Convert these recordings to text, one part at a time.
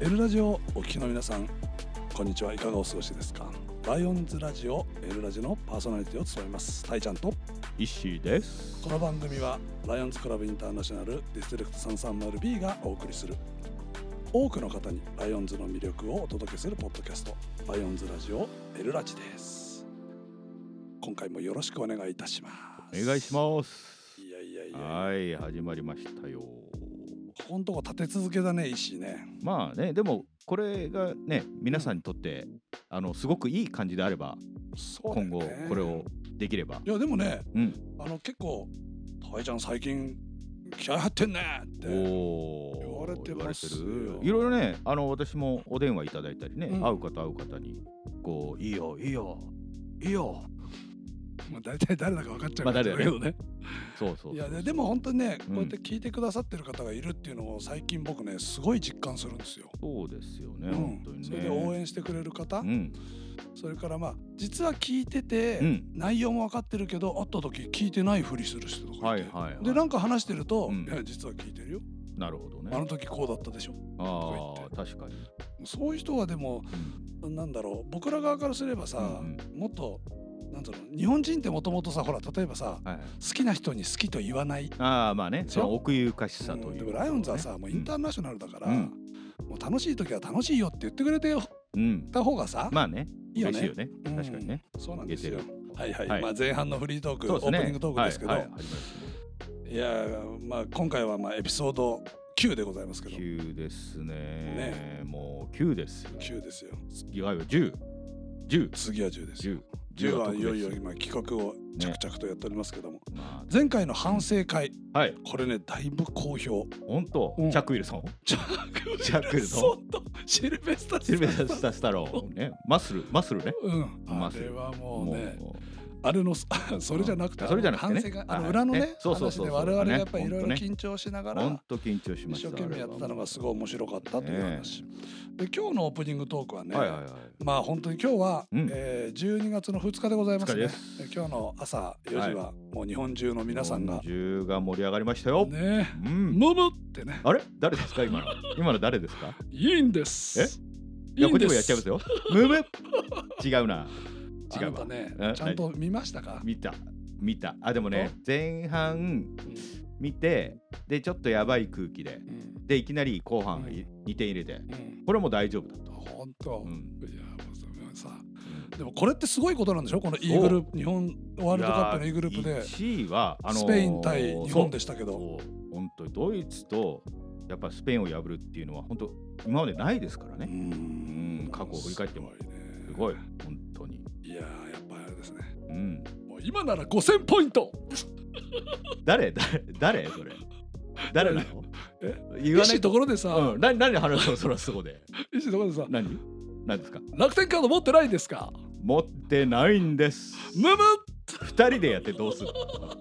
エルラジオをお聞きの皆さんこんにちはいかがお過ごしですかライオンズラジオエルラジのパーソナリティを務めますたいちゃんと石井ですこの番組はライオンズクラブインターナショナルディストリクト 330B がお送りする多くの方にライオンズの魅力をお届けするポッドキャストライオンズラジオエルラジです今回もよろしくお願いいたしますお願いしますいやいやいやはい始まりましたよここのとこ立て続けだね石井ねまあねでもこれがね皆さんにとってあのすごくいい感じであればそうだよ今ね後これをできればいやでもねうんあの結構「たいちゃん最近気合入ってんね」っておー言われてますよ言われてるいろいろねあの私もお電話いただいたりね、うん会う方会う方にこういいよいいよいいよまあ大体誰だか分かっちゃうまあから誰だけどねね。そうそういそやうででも本当にねこうんうやって聞いてくださってる方がいるっていうのを最近僕ねすごい実感するんですよ。そうですよね、うん本当にねそれで応援してくれる方、うんそれからまあ実は聞いてて、うん内容も分かってるけど会った時聞いてないふりする人とかはいいて、はい、はい、でなんか話してると「うんいや実は聞いてるよなるほどあねの時こうだったでしょああ確かに、」そういう人はでもなんだろう僕ら側からすればさ、うんもっとなんだろう日本人ってもともとさほら例えばさはいはい好きな人に好きと言わないああまあねでしそょの奥ゆかしさとうんいでう、もライオンズはさもうインターー、ナショナルだから、うんもう楽しい時は楽しいよって言ってくれてうんうんた方がさ、まあねいいよね嬉しいよねうん確かにね、そうなんですよいけ。はいはい、はいまあ、前半のフリートーク、そうオですねープニングトークですけど、はいいはい、始まやーまあ今回はまあエピソード9でございますけりまどす9ですねもう9ですよ9ですよいわゆる1010 10次は10ですよ10 10はは特い別よいよ今企画を着々とやっておりますけども、ま前回の反省会あはいこれねだいぶ好評本当、うんチャック・ウィルソ ンジャックジャックルソソンとシルベスタシルベスタスタロー、ね、マッスルマッスルねうんあマスれはもうもねうあれのすそれじゃなくてあそれじゃなくてね反省会あはのい裏のねねそうそうそうそう話で我々がやっねぱりいろいろほんとね緊張しなが本ら当緊張しま一した生懸命やってたのがすいごい面白かったという話で今日のオープニングトークはねはいはいはいまあ本当に今日はうんえー12月の2日でございます二日ねですで今日の朝4時はもう日本中の皆さんが40が盛り上がりましたよ、ねうんむむってねあれ誰ですか 今の今の誰ですかいいんですえいいいやこんっちでもやっちゃいますすよムーブ違うなあ違なうたわねえちゃんと見ましたか見た見たあでもね前半見てでちょっとやばい空気でうんでいきなり後半い2点入れてうんこれはもう大丈夫だと、本当うんいやもうさもうさでもこれってすごいことなんでしょこの E そうグループ日本ワールドカップの E グループで1位はあのスペイン対日本でししたけたど本当にドイツとやっぱスペインを破るっていうのは本当今までないですからね、んうん過去を振り返ってもすごいねすごい本当にいやーやっぱあれですねうんもう今なら5000ポイント誰 誰誰それ誰なのえ言わ嬉なしいいとところでさ、うん何何の話をそらそこで嬉しいところでさ何何ですか楽天カード持ってないですか持ってないんですむむ二人でやってどうする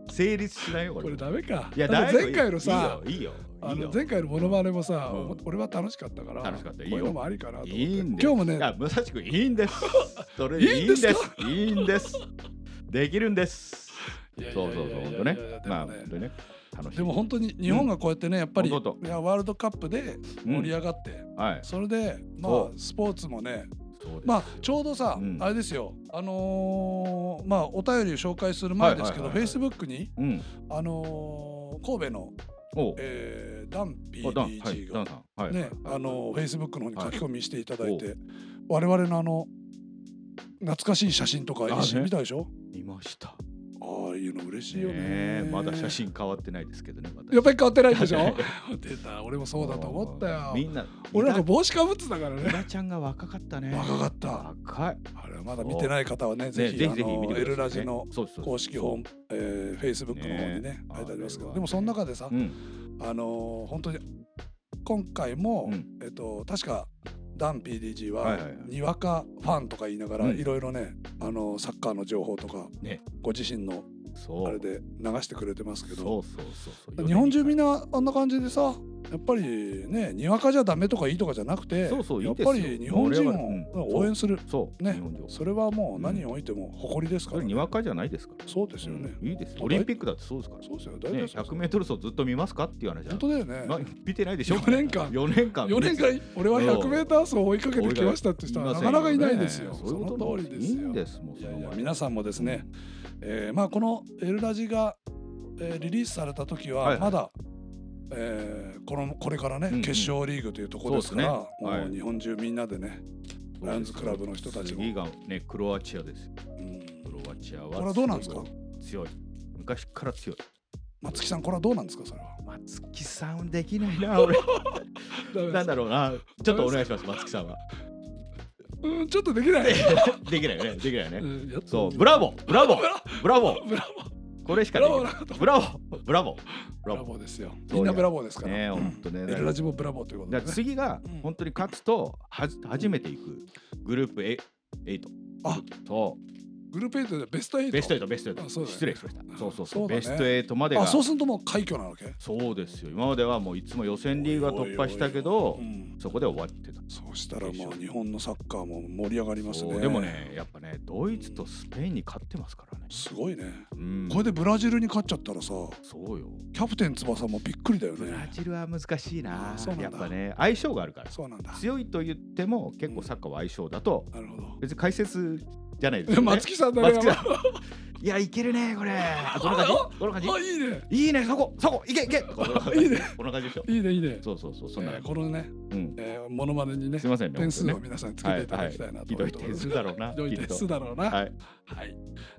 成立しないよここれれダメかいやだって大丈夫前回のさいいよいあいよの前回のモノマネもさ、うん俺は楽しかったから楽しかったいいこよういうのもありかなと思っていいんです今日もねあまさしくいい んですそれいいいいんんでですすかいいんですできるんですいやいやいやいやそうそうそう本当ねいやいやでもねまあ本当ね楽しいでも本当に日本がこうやってねやっぱり、本当いやワールドカップでうん盛り上がって、はいそれでまあそうスポーツもねそうですまあちょうどさ、うんあれですよあのーまあお便りを紹介する前ですけど、はいはいはいはい Facebook にうんあのー神戸の、おえーダンおダンはい PDG が、ダンさんはいね、あの Facebook の方に書はいき込みしていただいて、我々のあの懐かしい写真とかあね一緒見たでしょいましたああいうの嬉しいよねねえまだ写真変わってないですけどね私やっぱり変わってないでし変わょ っ出た俺もそうだと思ったよみんな俺なんか伊帽子かぶってたから達伊ね達ちゃんが若かったね若かった若いあれはまだ見てない方はねぜひねぜひぜあひの見てください、ね、エルラジのそうそうそう公式ホーム、えー、Facebook の方にねね書いてありますけどあれはねでもその中でさ、うんあのー本当に今回も、うんえっと確かダン PDG ははいはいはいにわかファンとか言いながらうんいろいろね、あのサッカーの情報とか、ねご自身のそうあれで流してくれてますけそどうそうそうそう日本中みんななあんな感じでさやっぱりねにわかじゃダメとかいいとかじゃなくてそうそういやいっですよぱり日本人我々うんを応援するそう、ね日本人それはもう何においても誇りですかそられにわかじゃないですからそうですよねうんいいですよオリンピックだってそうですからそうですよ大体そね、うですよ 100m 走ずっと見ますかっていう話じゃ本ん当だよねな見てないでしょ4年間4年間4年間俺は 100m 走を追いかけてきましたって人はなかなかいないですよ。そそういうこのとなん通りですよ。いいんですもんいやいや皆さんもですね、えーまあ、この「エルラジが」えーリリースされた時はいははいまだ、えーこのこれからね、うんうん決勝リーグというところですからそうですねはいもう日本中みんなでね、ライオンズクラブの人たちも次がねクロアチアですようんクロアチアはこれはどうなんですか強い昔から強い松木さんこれはどうなんですかそれは。松木さんできない な俺なんだろうなちょっとお願いします松木さ んはうんちょっとできない。できないよねできないよねうんやっとそうブラボーブラボーブラブラボーブラボーこれしブかラでボーなきないかったブラボーブラボーブブララボーボーですよ。そうみんなブラボーですから。ねえほんとねうんエルラジもブラボーということだで、ねから。次がうん本当に勝つとはじ初めて行くグループ A- 8あとグループ8でベスト8。ベスト8ベストあそうだ8ね失礼しましたそうそうそそううだねベスト8までがあそうするともう快挙なわけ。そうですよ今まではもういつも予選リーグは突破したけどうんそこで終わってたそうしたらもう日本のサッカーも盛り上がりますそね。うでもねやっぱねドイツとスペインに勝ってますからねすごいね。うんこれでブラジルに勝っちゃったらさ、そうよキャプテン翼もびっくりだよブラね。ジルは難しいなあそうなんだやっぱね相性があるからそうなんだ。強いと言っても結構サッカーは相性だとなるほど。別に解説じゃないですでよね松木さんだね。松木さん。いや、いけるね、これ。あこんな感じ。こんな感 じあ。いいね。いいね、そこ、そこ、いけ、い け。こんな感じいいね。こんな感じでしょ。いいねいいね。そうそうそう、そんなえ感ーじ。このね、うん。えー、モノマネにねすみませんね。点数を本皆さんつ当けねていただきたいなとひ思どいいま点す数。だろうな。ひどい点数だろうな。きっとは。はいい。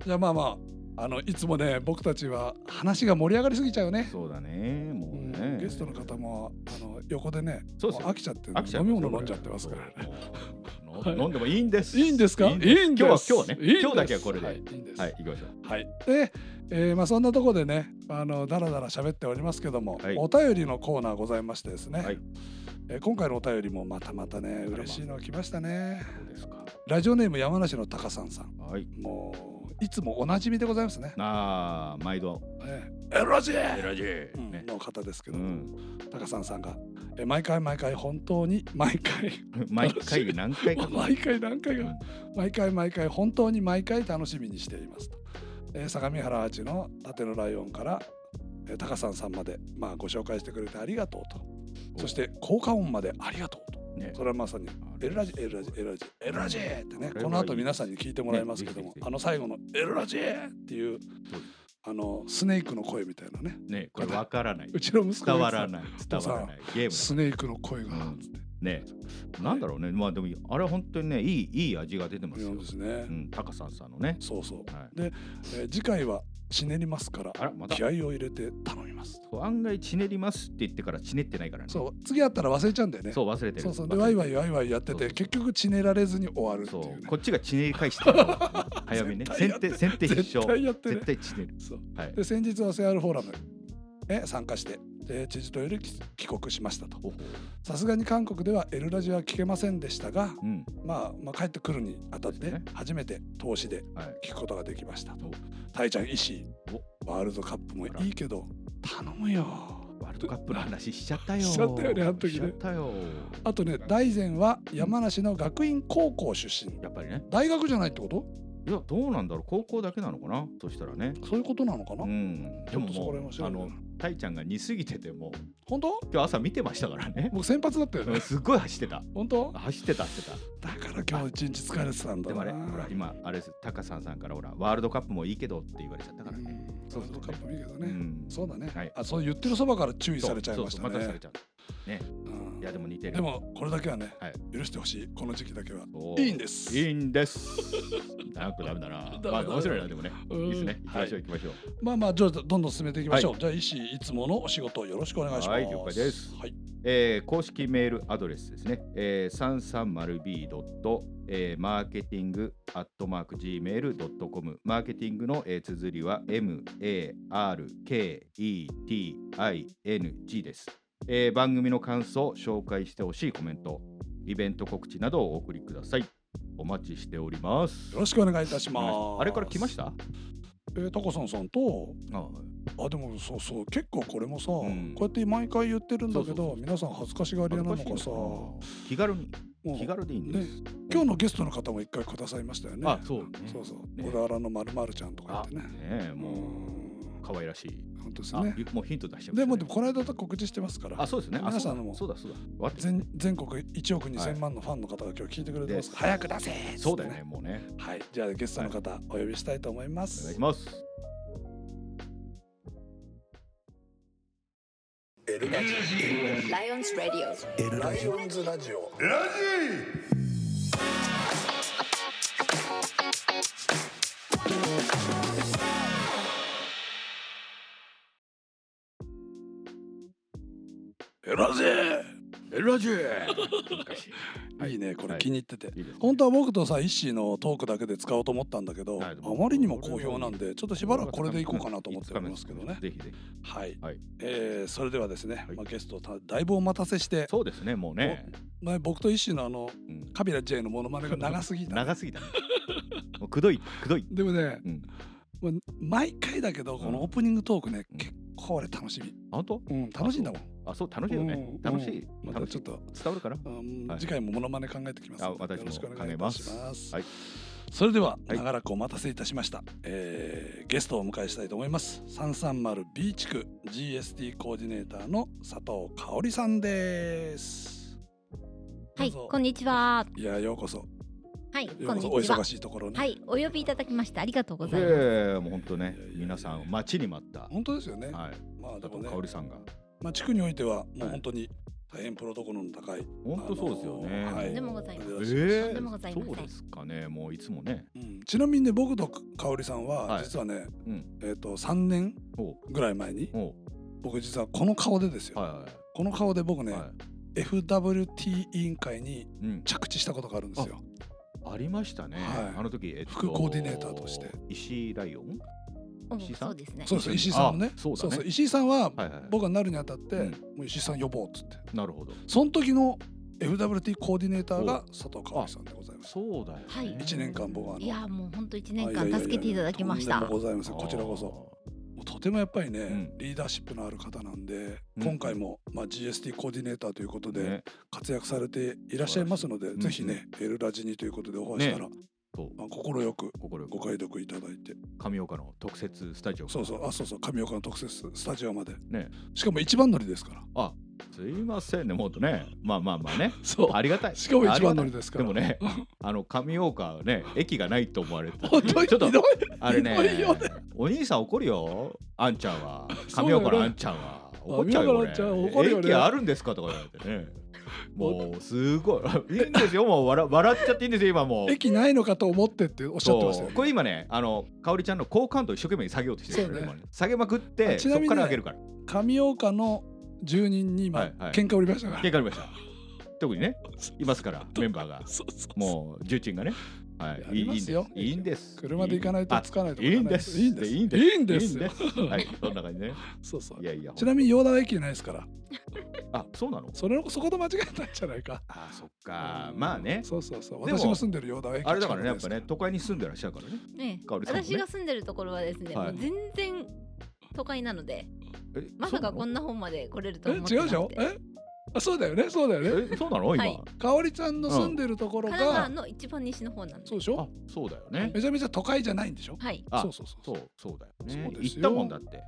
じゃあまあまああのいつもね僕たちは話が盛り上がりすぎちゃうね。そうだね。もううねん。ゲストの方。もあの横でね、そうですもよう飽きちゃって飽きちゃう飲み物飲んじゃってますから。そうもうはい飲んでもいいんです。いいんですか？いいんいです。今日は今日はねいいんです今日だけはこれではい、いいんです。ははいい、。行きましょう。で、えーまあそんなところでね、あのだらだら喋っておりますけども、はいお便りのコーナーございましてですね。はいえー今回のお便りもまたまたね嬉しいの来ましたね。どうですか。ラジオネーム山梨の高さんさん、はい。もういつもおなじみでございますね。ああ、毎度。えー、エロジー。ラジーうんね。の方ですけうども、ん。高さんさんが、えー毎回毎回本当に毎回毎回何回か。毎回何回うがん毎回毎回本当に毎回楽しみにしていますと、えー相模原アーチの伊達のライオンから、えー、高さんさんまで、まあ、ご紹介してくれてありがとうとそして効果音までありがとうとねそれはまさに「エルラジエルラジエルラジエルラジ」ってねこの後皆さんに聞いてもらいますけども、ねぜひぜひあの最後の「エルラジ」っていうあのスネークの声みたいなねねこれわからないうちの息子が伝言っわてたらない伝わらないゲースネークの声がうんつってムねなんだろうねまあでもあれは本当にねいいいい味が出てます言うよんですね、うん高さんさんのねそうそう、はえー次回はひねりますからあらまた気合を入れて頼みますこう案外ちねりますって言ってからちねってないからねそう次会ったら忘れちゃうんだよねそう忘れてるそうそう忘でれてるワイワイワイワイやってそうてそう結局ちねられずに終わるってそいううねこっちがちねり返してるから 早めにね絶先対手先手必絶勝対やってね絶対ちねるそうはいで先日はセアルフォーラムへ参加してで知事とより帰国しましたとおほさすがに韓国では「エルラジ」は聞けませんでしたが、うんまあ、まあ帰ってくるにあたっそうでてすね初めて投資ではい聞くことができましたとおタイちゃん石井ワールドカップもいいけど頼むよワールドカップの話しちゃったよしちゃったよねあの時しねちゃったよあとね大善は山梨の学院高校出身やっぱりね大学じゃないってこといやどうなんだろう高校だけなのかなそしたらねそういうことなのかな、うんでもちょっとそこらもう辺あものたいちゃんが似すぎてても本当今日朝見てましたから ね僕先発だったようんねすっごい走ってた本当走ってた走ってただから今日一日疲れてたんだでもなあれほら今あれですタカさんさんからほらワールドカップもいいけどって言われちゃっただかかららね、ねワールドカップもいいけどね、うんそうだね、はいあそう言ってるそばから注意そうされちゃいましたねそうそうされちゃううんいやでも似てるでもこれだけはね、はい許してほしいこの時期だけはおーいいんですいいんです なんかダメだな ダメだまあ面白いなでもねうんいいですね行きましょはう行きましょう、まあまあじゃあどんどん進めていきましょう、はじゃあ石井いつものお仕事よろしくお願いしますはい了解ですはいえー公式メールアドレスですね、えー、330b.marketing.gmail.com マーケティングの、えー、綴りは marketing です、えー番組の感想紹介してほしいコメントイベント告知などをお送りくださいお待ちしておりますよろしくお願いいたしますあれから来ましたえー、タコさんさんとああでもそうそう結構これもさ、うんこうやって毎回言ってるんだけどそうそうそう皆さん恥ずかしがり屋なのかさも気軽にう気軽でいいんねです。今日のゲストの方も一回くださいましたよねあそうねそうそう、ね小田原のまるまるちゃんとかあ言ってねねえうもうん可愛らしい。本当ですあねゆもうヒント出してまでもす。でもこの間と告知してますからあそうですね。あ皆さんのもそうだそうだ。そうだわ全全国1億は2000い万のファンの方が今日聞いてくれてますで早く出せーっつってそうだよねもうね。はいじゃあゲストの方お呼びしたいと 思いまお願いすします。エルラジ Lions Radio. エルラジオンズラジオエラジエルラジー。難しい。はいいいねこれはい気に入ってて、いいですね本当は僕とさイッシーのトークだけで使おうと思ったんだけど、はいあまりにも好評なんでちょっとしばらくこれでいこうかなと思っておりますけどねぜひぜひ。はい、はいえーそれではですね、はいまあ、ゲストただいぶお待たせして、そうですねもうね。まあ僕とイッシーのあのうんカビラ J のモノマネが長すぎた長すぎたね。もうくどいくどい。でもね、うん。まあ毎回だけどこのオープニングトークね、結構俺楽しみ、本当？うん、楽しいんだもんあそう楽しいよねうん。楽しい。また楽しちょいっと、伝わるかな。うんはい次回もモノマネ考えてきますあので私よもろしくお願いいたします、考えますはいそれでははい長らくお待たせいたしました、えーゲストをお迎えしたいと思います 330B 地区 GST コーディネーターの佐藤香織さんですはい、どうぞこんにちは。いやようこそはい、よこうんこにそおちは忙。しいところに、はい、お呼びいただきましてありがとうございます。ええもう本当ねいやいやいや皆さん待ちに待った。本当ですよね、はい。まあで佐も藤ね香織さんが。まあ地区においてはもはうい本当に大変プロトコルの高い、本当そうですよね。あのーはとんでもございませえんとんえでもございませそんうですかね。もういつもね。うんちなみにね僕と香織さんははい実はね、うん。えっ、と3年おうぐらい前におう僕実はこの顔でですよ、はこの顔で僕いはいね、は FWT 委員会にい。うん。着地したことがあるんですよありましたね。はいあの時えっと副コーディネーターとして石井ライオン。お石井さんそうですね。そうです石井さんもねあそうだね石井さんははいはいはい僕がなるにあたって、うんもう石井さん呼ぼうっつってなるほど。その時の FWT コーディネーターが佐藤香織さんでございますそうだよ、ね。はい1年間僕はあのいや、もう本当一年いやいや間いや助けていただきましとんでたも。ございませんこちらこそもうとてもやっぱりね、んリーダーシップのある方なんで、うん今回も、まあ、GST コーディネーターということそでね、活躍されていらっしゃいますので、うんぜひね「エルラジに」ということでオファーしたら、そうまあ、心よく心よごく解読いただいて神岡の特設スタジオそうそうあそうそう神岡の特設スタジオまでねしかも一番乗りですからすいませんねもっとねまあまあま あねそうありがたいしかも一番乗のりですからでもねあの神岡はね駅がないと思われてた 本当にちょっとひどいあれねひどいよね お兄さん怒るよあんちゃん はそうだ神よね岡のあんちゃんは怒っちゃう神岡よのあんちゃん怒こるれよね駅あるんですかとか言われ てねもうすごいいいんですよもう笑笑っちゃっていいんですよ今もう駅ないのかと思ってっておっしゃってましたよそうこれ今ねあの香織ちゃんの好感度を一生懸命に下げようとしてるそうね今ね下げまくっあてちそなこみにねから上げるから神岡の住人に今、はいはい喧嘩売りましたから結果ありました特にねいますからメンバーがそうそうそうもう重鎮がねはやいいりいんまですすよいいんです車で行かないとあつかないとこいじいゃんないですいいんですいいんですいいんですよはいそんな感じ ねそうそういやいやちなみに洋田は駅ないですからあそうなのそれのそこと間違えたんじゃないかあそっかまあねそうそうそうでも私の住んでるようだわ駅あれだからねやっぱ近ねく都会に住んでらっしゃるからねね香織さんもね私が住んでるところはですね、はいもう全然都会なので、えまさかこなんな方まで来れるとで思すってえ違なうくでてしょえあそうだよねそうだよねえそうなの今はい香織ちゃんの住んでるところ神奈川がの一番西の方なんでそうでしょあそうだよねめちゃめちゃ都会じゃないんでしょはい。あそうそうそうそうそうだよそねうですよ行ったもんだって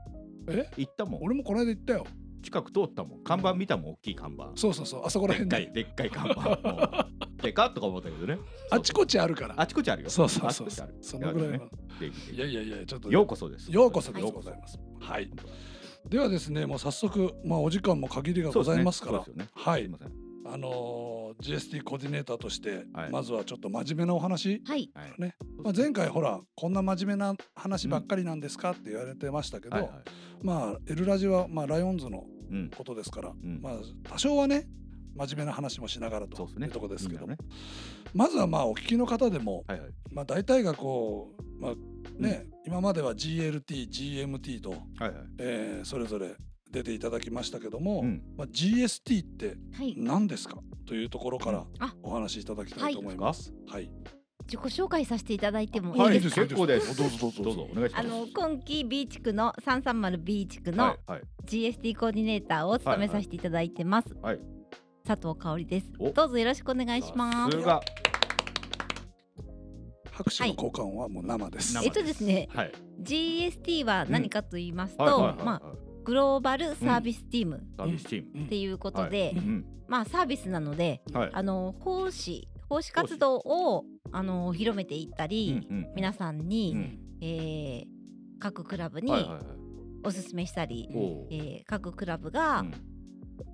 え行ったもん俺もこの間行ったよ近く通ったもん看板見たもん大きい看板そうそうそうあそこらでっ辺かでいでっかい看板 もうでかっとか思ったけどねあちこちあるからあちこちあるよそうそうそあうちこちあるそのぐらいだのからねでいやいやいやちょっとようこそですようこそではすいございますはいではですねもう早速まあお時間も限りがそごうでざねいますからそうですよねはすいいませんあのー GST コーディネーターとしてはいまずはちょっと真面目なお話はい。はいねまあ、前回ほらこんな真面目な話ばっかりなんですかって言われてましたけど、はいはいまあ「エルラジ」はまあライオンズのうんことですから、んまあ、多少はね真面目な話もしながらとそうですねいうとこですけど、みんなねまずはまあお聞きの方でも、はいはいまあ、大体がこう、まあね今までは GLTGMT と、はいはいえーそれぞれ出ていただきましたけども、うんまあ、GST ってはい。何ですかというところからあお話しいただきたいと思います。はい自己紹介させていただいてもはいいいですか、か結構ですどうぞどうぞどうぞお願いしまあす。の今期 B 地区の 330B 地区はのいはい GST コーディネーターを務めさせていただいてます、はい佐藤香織ですおどうぞよろしくお願いしまさすすが拍手の交換はもう生です、はえいっとですねはい GST は何かと言いますと、はいはいはいまあはいグローバルサービスチームサービスチーム。っていうことで、うんまあサービスなのでうんはい。あの奉仕奉仕活動をあの広めていったり、うんうん皆さんに、うんえー各クラブはいはいにはい。おすすめしたり、おお。えー各クラブがうん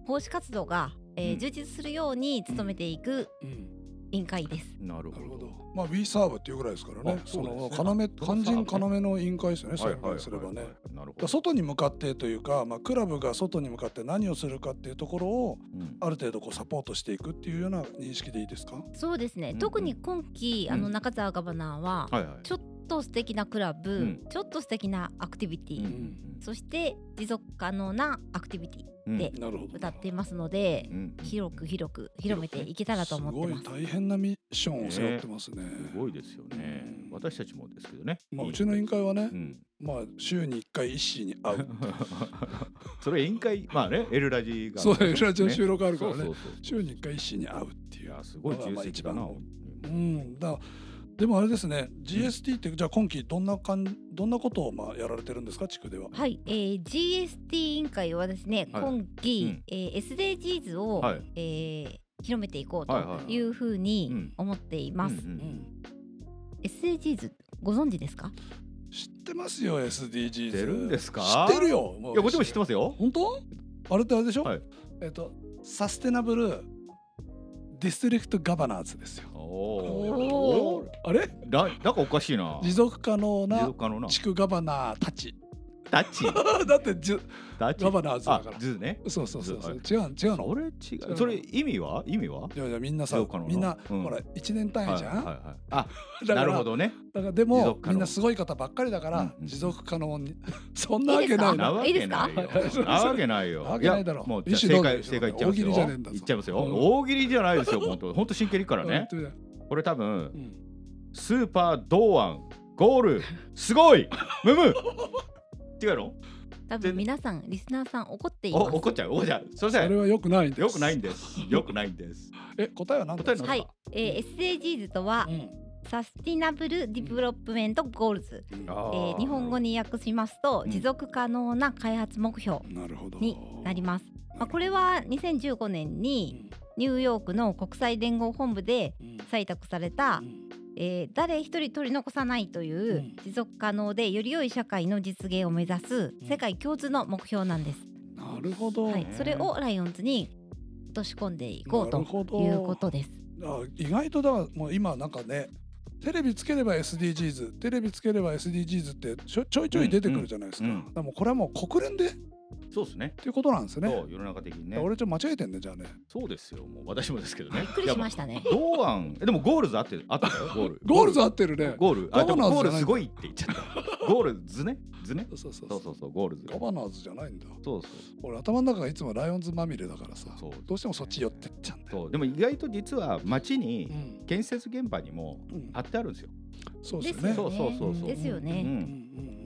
奉仕活動が、えーうん充実するように努めていくうん委員会です。なるなほるほどど。まあ We Serve っていうぐらいですからねあそそうのですね要肝心要の委員会ですよねそはれいはいはいすればねなだるほからど。外に向かってというか、まあ、クラブが外に向かって何をするかっていうところをうんある程度こうサポートしていくっていうような認識でいいですかそうですうね、んうん特に今期あうのん中澤ガバナーは、はいはい。ちょっと素敵なクラブ、んちょっと素敵なアクティビティ、うんそして持続可能なアクティビティうんでなるほど歌っていますので、うん広く広く広めていけたらと思ってます。すごい大変なミッションを背負ってますね。すごいですよねうん。私たちもですけどね。まあ、うちの委員会はね、うん。 まあ、週に1回一誌に会うそれ委員会まあねエルラジがそうエルラジの収録あるからねそうそうそう週に1回一誌に会うっていいうやすごい重責だな。まあうまあうんんだでもあれですね GST って、じゃあ今期どんなかんどんなことをまあやられてるんですか地区では。はい、えー、GST 委員会はですね、はい今期、うんえー SDGs を、はいえー広めていこうとはいはいはいいうふううにん思っています。うんうん SDGs ご存知ですか？知ってますよ SDGs。知ってるんですか知ってるよ。もいやこっちも知ってますよ。本当あれってあれでしょ、はいえっ、とサステナブルディストリクトガバナンスですよ。おおお。あれだなんかおかしいな。持続可能持な続可能な。地区ガバナーたち。 タッチ。だってじゅタッチ。ガバナーズだあから。ズね。そうそうそうそうず違う違うのそれ違う。それ意味は意味はいやいやみんなさ持続可能なみんな、うんほら1年単位じゃん、はいはいはい、あだかならるほどね。だからで持も続可能みんなすごい方ばっかりだから、うんうん持続可能に そんなわけないいいですなかなわけいないいですか よ。なわけないよ。 なわけないだろやもう一じ種ゃ道具あ正解正解いっちゃいますよ。大喜利じゃねえんだぞいっちゃいますよ。うん大喜利じゃないですよ。本当本当真剣にいくからね。これ多う分んスーパー堂安ゴールすごい ムム。違うの？多分皆さんリスナーさん怒っていおます。怒っちゃう。おじゃん。すいませそれん。はよくないんですよくないんです。よくないんです。え答えは何答えですなかんはい、えー SDGs とは、うんサスティナブルディベロップメントゴールズ、うんあえーー日本語に訳しますと、うん持続可能な開発目標なるほどになります。まあ、これは2015年うにんニューヨークの国際連合本部でうん採択された、うんえー誰一人取り残さないというう、ん持続可能でより良い社会の実現を目指すうん世界共通の目標なんです、なるほど、はい、それをライオンズに落とし込んでいこうとなるほどいうことですあ意外とだからもう今なんかねテレビつければ SDGs テレビつければ SDGs ってちょちょいちょい出てくるじゃないですか,、うんうだんからもうこれはもう国連でっそうですね。ていうことなんですねそう世の中的にね。俺ちょっと間違えてんねじゃあねそうですよ。もう私もですけどね。びっびっくりしましたね堂安えでもゴールズ合ってる合ってたよゴール ゴールズ合ってるねゴールあでもガバナーズじゃないゴールすごいって言っちゃったゴールズねズねそうそうそそううそうそうゴールズガバナーズじゃないんだそうそう俺頭の中がいつもライオンズまみれだからさそうどうしてもそっち寄ってっちゃうんだよそうでも意外と実は街うにん建設現場にもうん貼ってあるんですよ、そうでですすよねそよねうそうそうそうですようね、うんん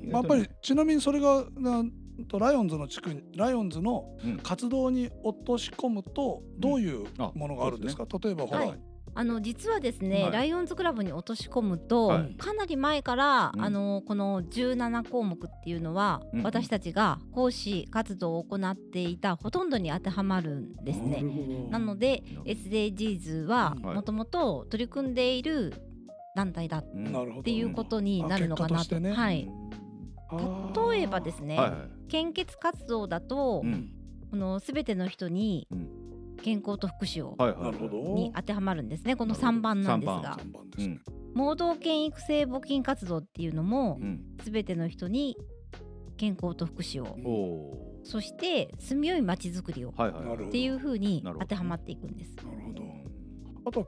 うんまあやっぱりちなみにそれがなとライオンズの地区にライオンズのうん活動に落とし込むとどういうあものがあるんですか、例えばほら、はいあの実はですね、はいライオンズクラブに落とし込むと、はいかなり前から、うんあのこの17項目っていうのは、うんうん私たちが奉仕活動を行っていたほとんどに当てはまるんですなるね。ほどなのでなるほど SDGs はうんはいもともと取り組んでいる団体だっうんなるほどていうことになるのかあな結果としてと。ねはい、あー例えばですね、はいはい献血活動だと、うんこのすべての人にうん健康と福祉を、はいはいなるほどに当てはまるんですねこのなるほど3番なんです三が三番でうすねん、盲導犬育成募金活動っていうのもうんすべての人に健康と福祉をおおそして住みよいまちづくりをっーはいはいなるほどていう風になるほど当てはまっていくんです。なるほどあとは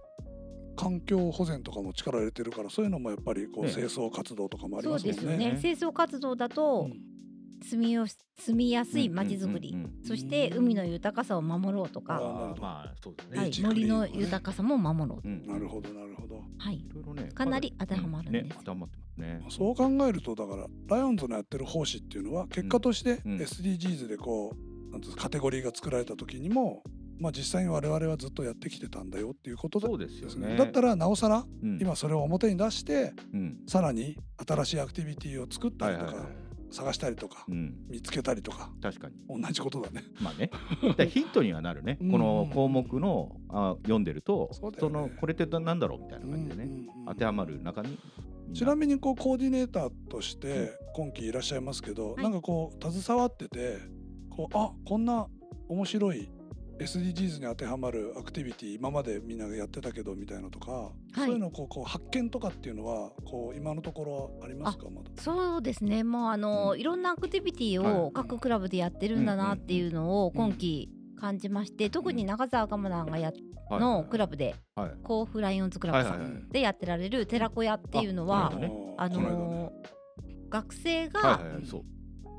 環境保全とかも力入れてるからそういうのもやっぱりこう、ね清掃活動とかもありそまうすでもんねすよね。清掃活動だと、うん住みよ住みやすい街づくり、うんうんうんそして海の豊かさを守ろうとあか、なるほどまあそうですね。んはビーい、チクリー森ンの豊かさも守ろうと、うんなるほどなるほどはいいろいろねかなり当てはまるんですね当てはまってますね。そう考えるとだからライオンズのやってる奉仕っていうのは結果としてうん SDGs でこうなんていうんですかカテゴリーが作られた時にも、まあ、実際に我々はずっとやってきてたんだよっていうことでそうですよですねね。だったららなおさら今今それを表に出してうんさらに新しいアクティビティを作ったはいりはいとか、はい。探したりとか、うん見つけたりとか確かに。同じことだね。まあ ね。だからヒントにはなるね。うんこの項目のあ読んでるとそうだよそねのこれってなんだろうみたいな感じでうんうねんうん当てはまる中に。ちなみにこうコーディネーターとして今期いらっしゃいますけど、はいなんかこう携わっててこうあこんな面白い SDGs に当てはまるアクティビティ今までみんながやってたけどみたいなとか、そういうのをこうこう発見とかっていうのはこう今のところはありますかまだ。そうですねもうあの、うんいろんなアクティビティはをい各クラブでやってるんだなっていうのうをんうん今季感じまして、特に長澤ガムランがやっはいのクラブではい甲府ライオンズクラはいブはさいはいん。でやってられる寺子屋っていうのあはあなるほーどねあこ間ねのー学生が、はいはいはいそう。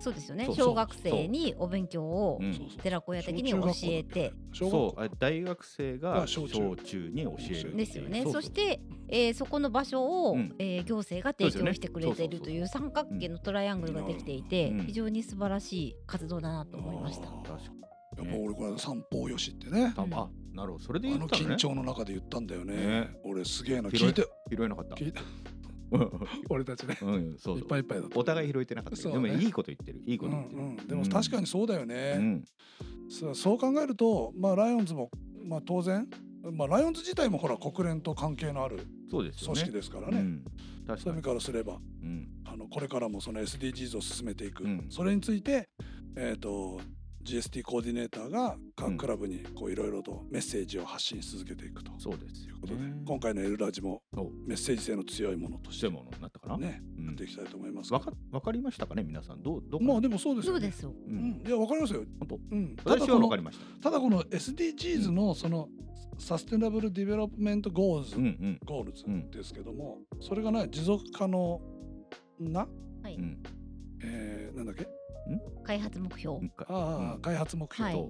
そうですよねそう小学生にお勉強をうんそうそう寺子屋的に教えて小学校そうあ大学生があ小小中中に教えるですよねうそうして、えーそこの場所を、うんえー行政が提供してくれているという三角形のトライアングルができていて、うん非常に素晴らしい活動だなと思いました。あ確かやっぱ俺これ散歩よしってねにあなるほどそれあで言のったの緊ね張の中で言ったんだよねね俺すげえな広聞いいて 拾えなかった聞いた う俺たちねんうんそいうそっうぱいいっぱいだったお互い拾えてなかったけどそうねでもいいこと言ってるいいこうとん言ってる、うん、でも確かにそうだよね、うんそうそう考えると、まあ、ライオンズも、まあ、当然、まあ、ライオンズ自体もほら国連と関係のあるそうですよ組ね織ですからうね。ん、確そういう意かに味、からすればうん、あのこれからもその SDGs を進めていく、うんそれについて、えー、と GST コーディネーターがうん各クラブにこういろいろとメッセージを発信し続けていくとそうですいようことで、ね今回の「エルラジ」もそうメッセージ性の強いものとししててものになったかな、ね、うんやっていきたいと思いますがわかわかりましたかね皆さんどうどうまあでもそうですそようねですよううんん、いやわかりますよ、本当うん、ただ私こはのわかりましたただこの SDGs のそのサステナブルディベロップメントゴールズ、うんうんゴールズうんですけども、それがね持続可能な、はいうんえーなんだっけ開発目標、うんかああ、うん開発目標、はい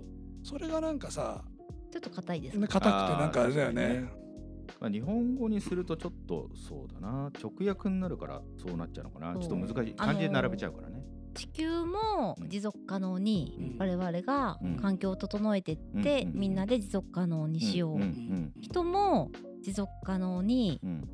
そうそれがなんかさちょっと硬いですねか、硬くてなんかあれだよあーね確まあ、日本語にするとちょっとそうだな直訳になるからそうなっちゃうのかなそちうょっと難しいあのー漢字で並べちゃうからね、地球も持続可能に、うん我々がうん環境を整えてって、うんうんみんなで持続可能にしよう、んん人も持続可能にうん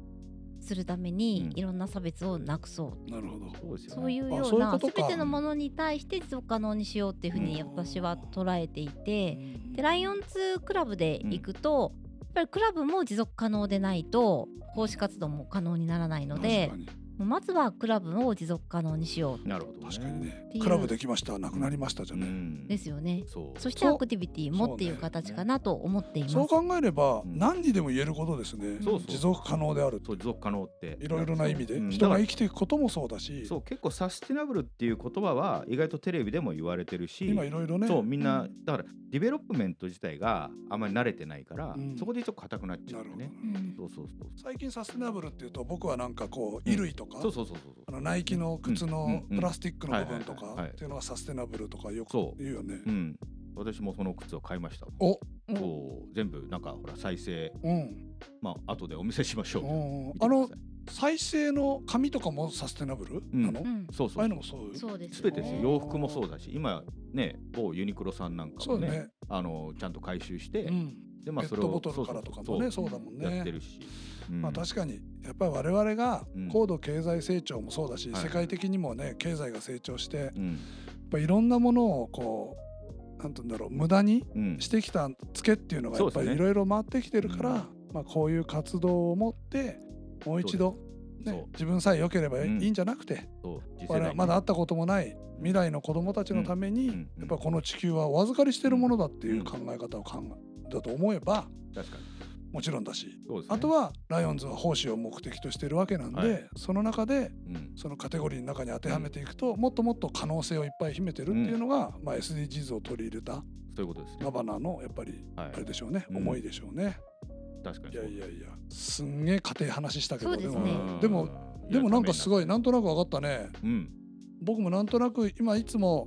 するために、うんいろんな差別をなくそうなるほどそうですよねそういうあよそうういうこなとすかべてのものに対して持続可能にしようっていうふうにうん私は捉えていて、でイライオンズクラブで行くと、やっぱりクラブも持続可能でないと奉仕活動も可能にならないのでもうまずはクラブを持続可能にしようなるほど、確かにねっていうクラブできましたなくなりましたじゃうね、んですよね。そうそしてそうアクティビティもっていう形かなと思っています。そう考えれば、うん何にでも言えることですねそうそう持続可能であるそう持続可能っていろいろな意味で、うん人がだ生かきていくこともそうだしらそう結構サステナブルっていう言葉は意外とテレビでも言われてるし今いろいろねそうみんなだからディベロップメント自体があまり慣れてないから、うんそこでちょっと硬くなっちゃなうんるだほよど、ねうんそうそうそう最近サステナブルっていうと僕はなんかこう衣類とか、そうそうそうそうあのナイキの靴うんうんのうんプラスチックの部分とはかいはいはいはいっていうのはサステナブルとかよくそう言うよね。うん私もその靴を買いましたお、うんそう全部なんかほら再生うん、まあ後でお見せしましょううみたいなん見てくだあさいの再生の紙とかもサステナブルんなの？うんそうああそいううそのうもそういう。そうですすよべてねですよよ洋服もそうだし今ね某ユニクロさんなんかそもうねね。あのちゃんと回収して、うん。ペでまあそッれトをボトルからとかもね、そそううだもんそうやってね。るし、うんまあ確かにやっぱり我々がうん高度経済成長もそうだし、はい世界的にもね経済が成長して、やっうんぱいろんなものをこうなんて言うんだろう無駄にうんしてきたツケっていうのがやっぱそうですりねいろいろ回ってきてるから、まあ、こういう活動を持ってもう一度、そうね、自分さえ良ければいうんいいんじゃなくて、そう次我世代々にまだ会ったこともない未来の子供たちのために、うんうんやっぱこの地球はお預かりしてるものだっていう考え方を考えだと思えば確かにもちろんだし、そうですねあとはライオンズは奉仕を目的としてるわけなんで、はいその中でうんそのカテゴリーの中に当てはめていくと、もっともっと可能性をいっぱい秘めてるっていうのが、まあ、SDGs を取り入れたそういうことですねガバナーのやっぱりはあれでしょうね、うん思いでしょうね。い確かにいやいやいや、すんげえ家庭話したけど、そうですねも、でも、でもなんかすいごい、なんとなく分かったね。やためになるうん僕もなんとなく今いつも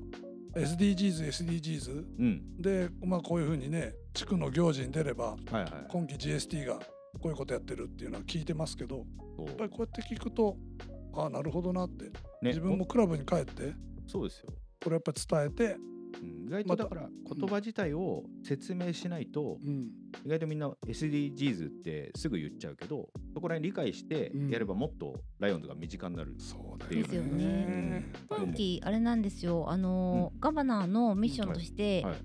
SDGs、SDGs うん。で、まあ、こういうふうにね地区の行事に出ればはいはい。今期 GST がこういうことやってるっていうのは聞いてますけどやそうっぱりこうやって聞くとああなるほどなって、ね自分もクラブに帰っておそうですよ。これやっぱり伝えて、うん意外とまただから言葉自体を説明しないと、うん意外とみんな SDGs ってすぐ言っちゃうけどそこら辺理解してうんやればもっとライオンズが身近になる、そうだでよすねよね今期あれなんですよあの、ガバナーのミッションとして、はい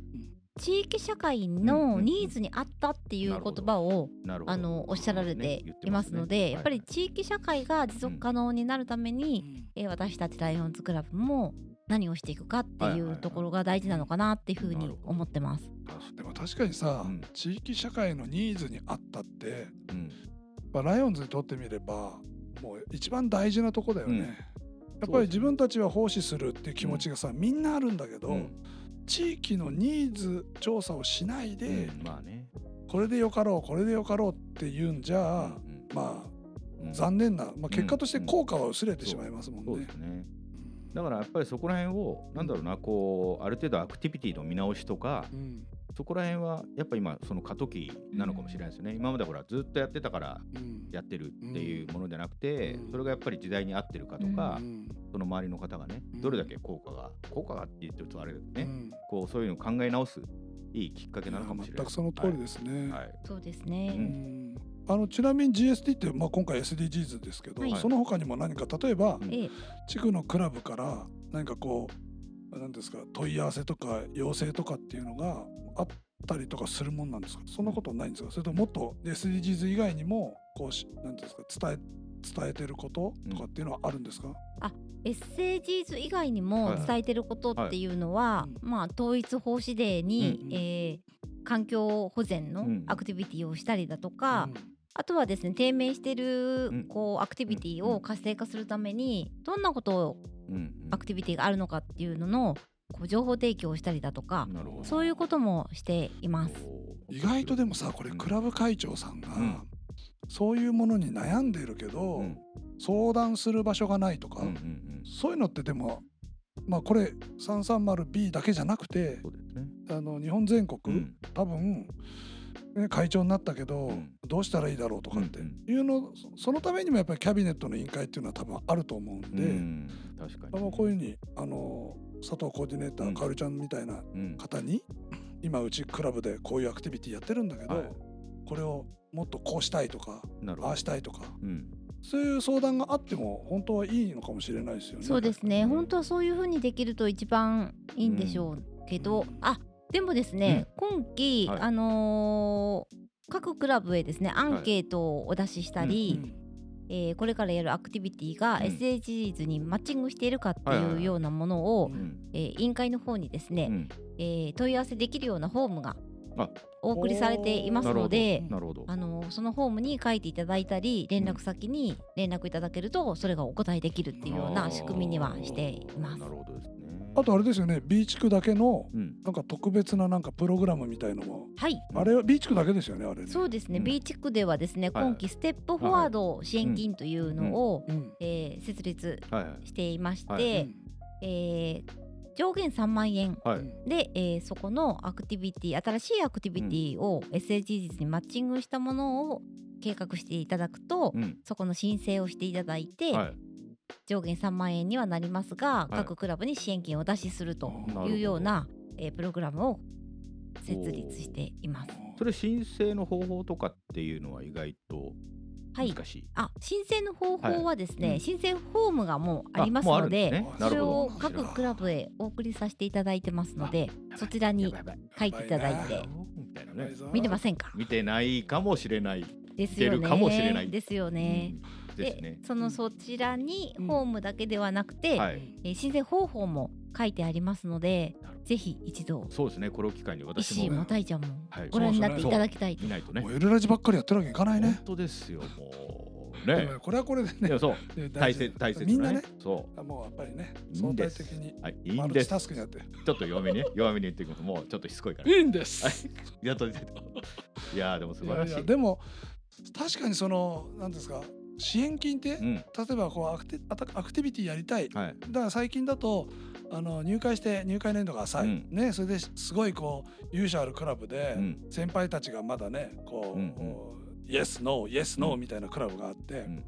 地域社会うんうんうのんニーズに合ったっていう言葉を、なるほどあのおっしゃられねて言っていますので、ねやっぱりはい地域社会が持続可能になるためうに、んえー私たちライオンズクラブも何をしていくかってはいいはいはういところが大事なのかなっていうふうなるにほど思ってます。でも確かにさ、うん地域社会のニーズに合ったって、うんまあ、ライオンズにとってみればもう一番大事なとこだよね。うんやっぱり自分たちは奉仕するっていう気持ちがさ、みんなあるんだけど、うん地域のニーズ調査をしないで、うんまあね、これでよかろうこれでよかろうって言うんじゃ、うんまうあん残念な、まあ、結果としてうん効果は薄れてしまいますもんそうねです。ねうんだからやっぱりそこら辺をなんだろうなこうある程度アクティビティの見直しとか、うんそこら辺はやっぱ今その過渡期なのかもしれないですよね、今までほらずっとやってたからうんやってるっていうものじゃなくて、うんそれがやっぱり時代に合ってるかとか、うんその周りの方がねうんどれだけ効果が、効果がって言ってるとあれだけどね、うんこうそういうのを考え直すいいきっかけなのかもしれな全いくその通りですね。はいはいそうですね、うんうんあのちなみに GST って、まあ、今回 SDGs ですけど、はいその他にも何か例えば、うんええ地区のクラブから何かこう何ですか問い合わせとか要請とかっていうのがあったりとかするもんなんですかそんなことはないんですかそれとももっと SDGs 以外にもこうし何ですか伝え伝えてることとかっていうのはあるんですか、エッセージーズ以外にはいもはい伝えてることっていうのは、はいまあ統一法師デーに、うんえー環境保全うのんアクティビティをしたりだとか、うんあとはですね低迷してるうんこうアクティビティうをん活性化するためにどんなことをうんアクティビティがあるのかっていうののこう情報提供をしたりだとかなるほどそういうこともしています。意外とでもさこれクラブブ会長さんが、うんそういうものに悩んでるけど、うん相談する場所がないとか、うんうんうんそういうのってでもまあこれ 330B だけじゃなくてそうですね、あの日本全国、うん多分、ね、会長になったけど、うんどうしたらいいだろうとかってうんいうの、そそのためにもやっぱりキャビネットの委員会っていうのは多分あると思うんうで、ん、確かにあのこういうふうにあの佐藤コーディネータうーんかおりちゃんみたいなうん方に、今うちクラブでこういうアクティビティやってるんだけど、はいこれをもっとこうしたいとかなるほあどあしたいとかうんそういう相談があっても本当はいいのかもしれないですよね。そうですね本当はそういうふうにできると一番いいんでしょうけど、うんあでもですね、今期、はいあのー各クラブへですねアンケートをお出ししたうり、んえーこれからやるアクティビティがうん SDGs にマッチングしているかってはいはいいはういようなものを、うんえー委員会の方にですね、うんえー問い合わせできるようなフォームがあお送りされていますのでなるほどあのそのフォームに書いていただいたり連絡先に連絡いただけるとそれがお答えできるっていうようあなー仕組みにはしていますな。るほどですねあとあれですよね B 地区だけのうんなんか特別ななんかプログラムみたいのもはいうんあれは B 地区だけですよねあれね。そうですね、うん B 地区ではですねはい今期ステップフォワード支援金というのを、うんえー設立はいはいしていまして、はいうえー上限3万円はい、うんで、えーそこのアクティビティ新しいアクティビティを SDGs にマッチングしたものを計画していただくと、うんそこの申請をしていただいて、はい上限3万円にはなりますが、い各クラブに支援金を出しするとなるほいどうような、えープログラムを設立しています。それ申請の方法とかっていうのは意外とはい難しい、あ申請の方法はですね、はいうん申請フォームがもうありますもうのであるんすねなそるれほをど各クラブへお送りさせていただいてますのであそちらにやばいやばい書いていただいやばてい。みたいなね見てますせんか見てないかもしれない、ですよ見てるねかもしれないですよね、うんですねそのそちらにうんフォームだけではなくて、うはいんえー申請方法も書いてありますのでなるほぜひ一度そうですねこれを機会に医私師ももたいちゃんもはいご覧になっていただきたい見ないとねもうエルラジばっかりやってるわけいかない本ね。当ですよもうでねもこれはこれでいねやそう大大切大切みんななねそもうやっぱりねういい相んで対す的にはいいいマんルでチすタスクにやってちょっと弱めにね弱めに言っていくのもうちょっとしつこいからいいんです。やっと出ていやーでも素晴らしいややでも確かにその何ですか支援金って、う例んえばこうアクテアタアクティビティやりたいはいだから最近だとあの入会して入会年度が浅い、うんね、それですごいこう勇者あるクラブで、うん先輩たちがまだねこう、うんイエスノーイエスノうーんみたいなクラブがあって、うん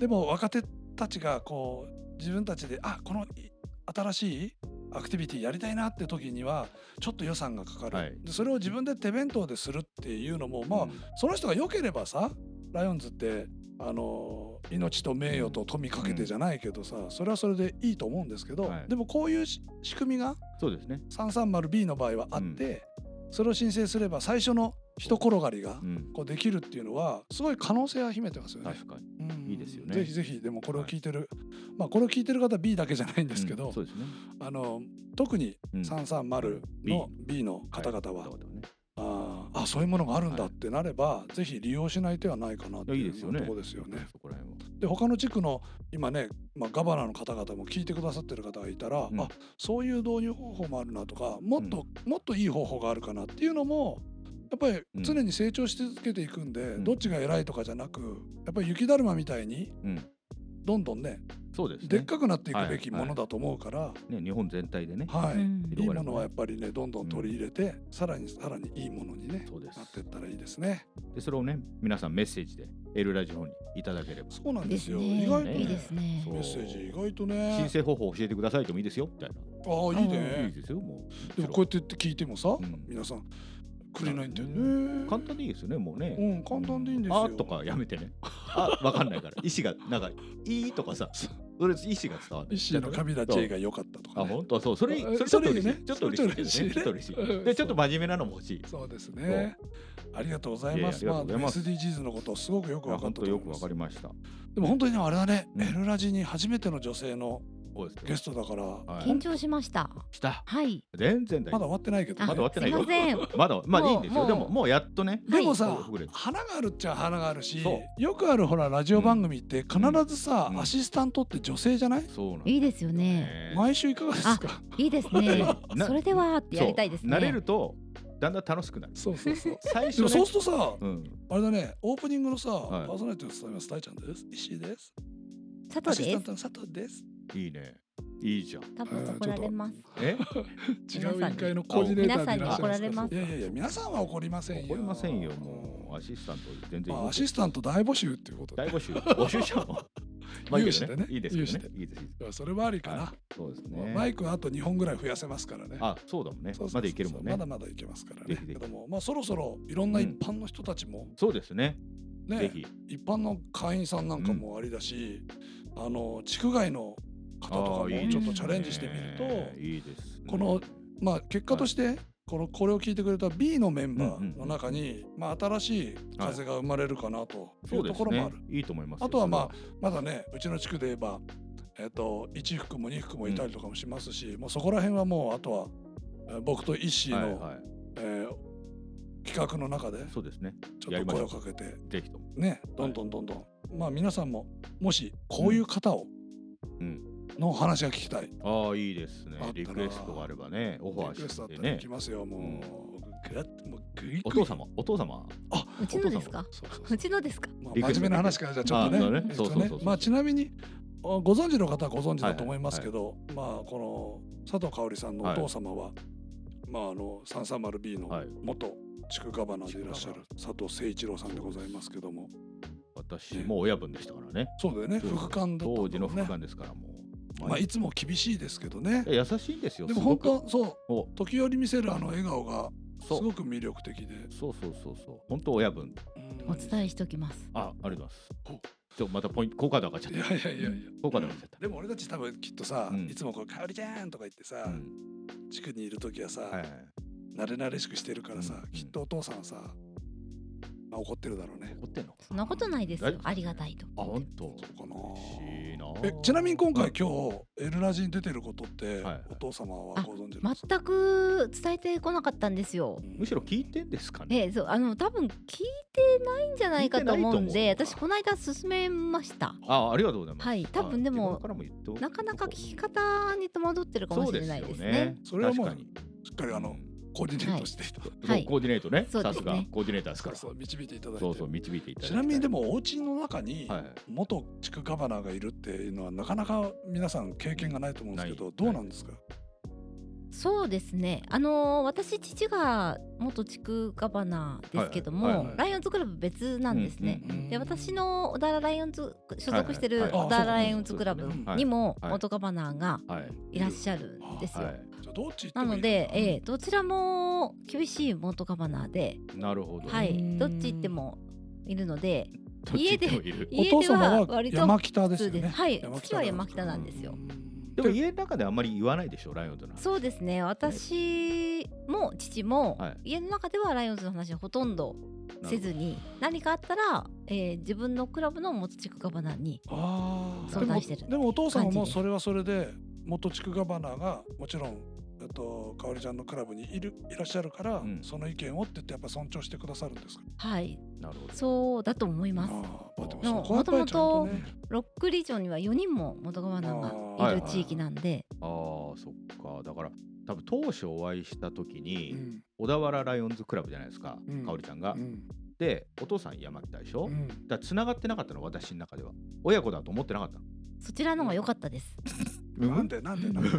でも若手たちがこう自分たちであこのい新しいアクティビティやりたいなって時にはちょっと予算がかかる、はいでそれを自分で手弁当でするっていうのもうんまあ、うんその人が良ければさライオンズってあの命と名誉と富かけてじゃないけどさ、それはそれでいいと思うんですけど、はいでもこういうし仕組みがそうですね。 330B の場合はあって、それを申請すれば最初の一転がりがうん、こうできるっていうのはすごい可能性は秘めてますよね。確かに。うんいいですよねぜひぜひでもこれを聞いてる、まあこれを聞いてる方は B だけじゃないんですけうどん、そうですね。あの特にうん330の B の方々ははい方々ねあーあそういうものがあるんだはっいてなれば、ぜひ利用しない手はないかなっていいやいういですよね。とこですよね。そこら辺は。で他の地区の今ね、まあ、ガバナの方々も聞いてくださってる方がいたら、うんあそういう導入方法もあるなとかもっと、もっといい方法があるかなっていうのもやっぱりうん常に成長し続けていくんで、んどっちが偉いとかじゃなくやっぱり雪だるまみたいにうん、どんどんねそうですね。でっかくなっていくべきはいものだと思うから、ね、日本全体でね。はいうんいいものはやっぱりねどんどん取り入れて、さらにさらにいいものにねそうですなっていったらいいですね。で、それをね、皆さんメッセージで、エルラジオの方にいただければ。そうなんでですすよ。ね意外といいねで、すねそうメッセージ意外とね。申請方法を教えてくださいでもいいですよみたいな。ああいいいいね。ですよ、もう。でもこうやって言って聞いてもさ、ん皆さんくれないんだようね。簡単でいいですよね、もうね。うん簡単でいいんですよ。あとかやめてね。あ、わかんないから。意思が、なんか、いいとかさ、それ意思が伝わる。石井のカビラ J が良かったとかあ、ね。本当そう、それ、あそれちょっと嬉それしい。いいねちょっと嬉しいけどね。ちょっそとれょ嬉しっと嬉しいねい。で、ちょっと真面目なのも欲しい。そうですね。ありがとうございます。いやいまやあありがとうございます SDGs のことをすごくよく分かっ本たと当思いよますくわかりました。でも本当にねあれだね、うんエルラジに初めての女性のそうですねゲストだから、はい緊張しましたした。はい全然だまだ終わってないけど、あまだ終わってないよ。すい ませんまだ、まあいいんですもよ。うでも、もうやっとね。でもさ、はいそう花があるっちゃ花があるしそよくあるほらラジオ番組って必ずさ、うんアシスタントって女性じゃない、そうなんいいですよねね毎週いかがですかいいですねね なそれではってやりたいですねそう慣れると、だんだん楽しくなる。そうそう そう最で初もね。そうするとさ、うん。あれだねオープニングのさ、はいパーソナリティを務めます大ちゃんです石井です佐ア藤シスでタンすトの佐藤ですいいね。いいじゃん。多分怒られますえ、違皆さうんに委員会のコーディネーターでいらっしゃいます皆さんに怒られますいやいやいや皆さんは怒りませんよ怒りませんよ。もうアシスタント全然いい。まあアシスタント大募集っていうことで大 募集、募集者も。まあいいけどね。い有志でねいですよ有志ね。いいです。いいですいやそれはありかな、はそうですね。マイクはあと2本ぐらい増やせますからねあ、そうだもんねそうそうそう。まだいけるもんねまだ。まだいけますからねぜひぜひけどもまあそろそろいろんな一般の人たちも、そうですね。ねぜひ。一般の会員さんなんかもありだし、あの地区外の方とかあもーちいいですょっねとチャレンジしてみるといいですね。このまあ結果として、このこれを聞いてくれた B のメンバーの中に、まあ、新しい風が生まれるかなといそううとですころもあねる、。いいと思いますよ。あとはまあまだねうちの地区で言えば、えっと1服も2服もいたりとかもしますし、もうそこら辺はもうあとはえー僕とイッシそれーは、の、はいはいえー企画の中でそうですね。ちょやっりとま声をしょうかけてぜひとも。ねどんどんどんどん、まあ皆さんももしこういう方を、うんのお話が聞きたいああ、いいですねあった。なリクエストがあればね、オファリクエスートしあってたらね来。ますよもう,、うんぐっもうグイグイお父様、お父様。うちのですかそうそうそううちのですかまあリクエスト真面目な話からじゃあちょっとまあねねえっそうとそねうそうそうまあちなみにあご存知の方はご存知だと思いますけど、まあこの佐藤香織さんのお父様は、まああの 330B のはい元地区ガバナーでいらっしゃる佐藤誠一郎さんでございますけども私も親分でしたからね。そうだよねそう副官だったんだもんね当時の副官ですから、もう。まあいいつも厳しいですけどねや優しいんですよ。でもすご本く当そおう時折見せるあの笑顔がすそうごく魅力的でそうそうそうそう。本当親分。うんお伝えしておきますあ、ありがとうございますほう。ちょまたポイント効果高上がっちゃっいやた。いやいやいや効果高上がっちゃった。でも俺たち多分きっとさ、うんいつもこう「かおりちゃん」とか言ってさ、うん地区にいる時はさ、はいはい。慣れ慣れしくしてるからさ、うんきっとお父さんはさ、まあ、怒ってるだろうね。怒ってんの。そんなことないです大丈よ夫ありがたいとあ、本当。そうかな嬉しいな。えちなみに今回今日「エルラジ」に出てることって、はいお父様はご存知なんですか全く伝えてこなかったんですようんむしろ聞いてんですかね。ええそうあの多分聞いてないんじゃないかと思うん聞いでてないと思う私この間勧めましたあ、ありがとうございます。はい多分であ自も分からも言っておこうなかなか聞き方に戸惑ってるかもしれないですねそれはもう確かにしっかりあの、うんコーディネートしていただいて、はいコーディネートねそうでさすすねがコーディネーターですからそそう導いていただいてうそう導いていただいちてなみにでもお家の中にはい元地区ガバナーがいるっていうのはなかなか皆さん経験がないと思うんですけど、ないどうなんですか、そうですね。あのー私父が元地区ガバナーですけども、はいはいはいはいライオンズクラブ別なんですね。うんうんうんで私の小田原ライオンズ所属しはているはい小田原ライオンズクラあブそうなんですねにもはい元ガバナーがはいいらっしゃるんですよ。はいじゃあどっち行ってなもいのいで、えええどちらも厳しい元ガバナーで、なるほどはどい、どっち行ってもいるので、っち行ってもいる家お父では様は割と山北で普すよ通です。ねはい山、北父は山北なんですよ。 でも家の中であんまり言わないでしょライオンズの話そうですね私も父も、はい家の中ではライオンズの話をほとんどせずに何かあったら、えー自分のクラブの元地区ガバナーにああ相談してるでもお父様感じもですそれはそれで元地区ガバナーがもちろんえっと、かおりちゃんのクラブにいるいらっしゃるから、うんその意見をって言ってやっぱ尊重してくださるんですかはいなるほどそうだと思いますあーまあでもでもそこはやっぱりちゃんとねロックリージョンには4人も元ガバナあーーがいる地域なんで、ああそっかだから多分当初お会いした時に、うん小田原ライオンズクラブじゃないですか、うんかおりちゃんが、うんでお父さん山北でしょ、うんだから繋がってなかったの私の中では親子だと思ってなかったのそちらの方が良かったです、なんでなんで なんでむ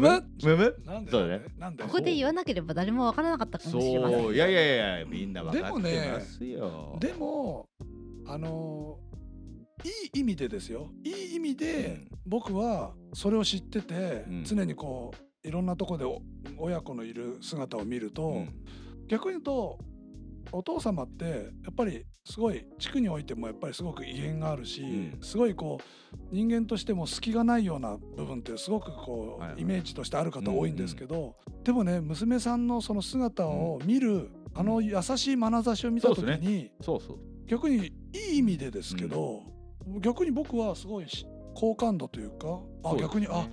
むむむむなんでそうだねなんでここで言わなければ誰もわからなかったかもしれませんそういやいやいやいやみんな分かでっもてねますよ、でもあのーいい意味でですよいい意味でうん僕はそれを知ってて、うん常にこういろんなとこでお親子のいる姿を見ると、うん逆に言うとお父様ってやっぱりすごい地区においてもやっぱりすごく威厳があるし、うんすごいこう人間としても隙がないような部分ってすごくこう、はいはいイメージとしてある方多いんですけど、でもね娘さんのその姿を見る、あの優しい眼差しを見た時そうに、ですそうそう逆にいい意味でですけど、逆に僕はすごいし好感度というかあそうです逆にねあ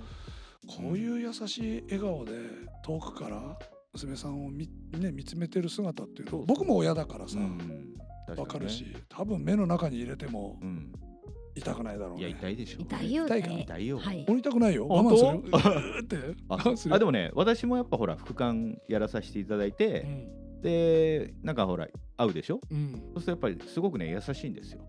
こういう優しい笑顔で遠くから娘さんを見,、ね、見つめてる姿っていうそうのそう僕も親だからさ、うわん確分かるねし、多分目の中に入れてもうん、痛くないだろういやね。痛いでしょ痛いよ痛ねいから痛いよ、はい俺痛くないよ我慢す本当るよ。うーって あ我慢 するあでもね私もやっぱほら副官やらさせていただいて、うんでなんかほら会うでしょうんそうするとやっぱりすごくね優しいんですよ。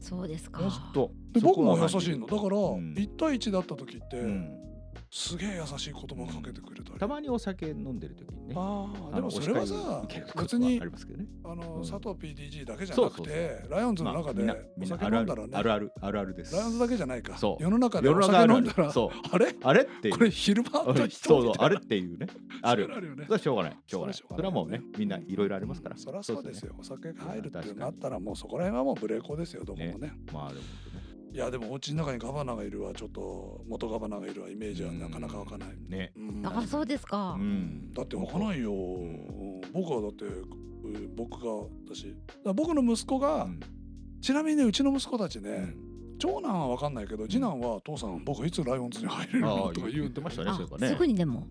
そうですかほんとでそ僕こはも優しいのだから、うん1対1だった時って、うんすげえ優しい言葉をかけてくれたり。たまにお酒飲んでる時にね。あーあのでもそれはさお叱り受けること別にありますけどね。あの、うん佐藤 PDG だけじゃなくてそうそうライオンズまのあ中みんなでおみんな酒ある飲あんるだらねあるあるあるあるです。ライオンズだけじゃないかそう世の中で世のお中あ酒るあ飲んるだら。そうあれあれっていう。これ昼間あうっんた人そうそうみたあいなれっていうね。あるそう。なよねそれはしょうがない。しょうがない。それそはしょうがないれはもうねみんないろいろありますから。そりゃそうですよ。よ。お酒が入るってなったらもうそこら辺はもうブレーコですよどこもねまあでもね。いやでもお家の中にガバナがいるはちょっと元ガバナがいるはイメージはなかなかわかない。ね。うんあそうですか、うん。だってわかんないよ。うん僕はだってうん僕が私だから僕の息子が、うん。ちなみにねうちの息子たちね、うん長男はわかんないけど次男は父さん僕いつライオンズに入れるあのあとか言言うっんてで ましたねあそういえばね。すぐにでも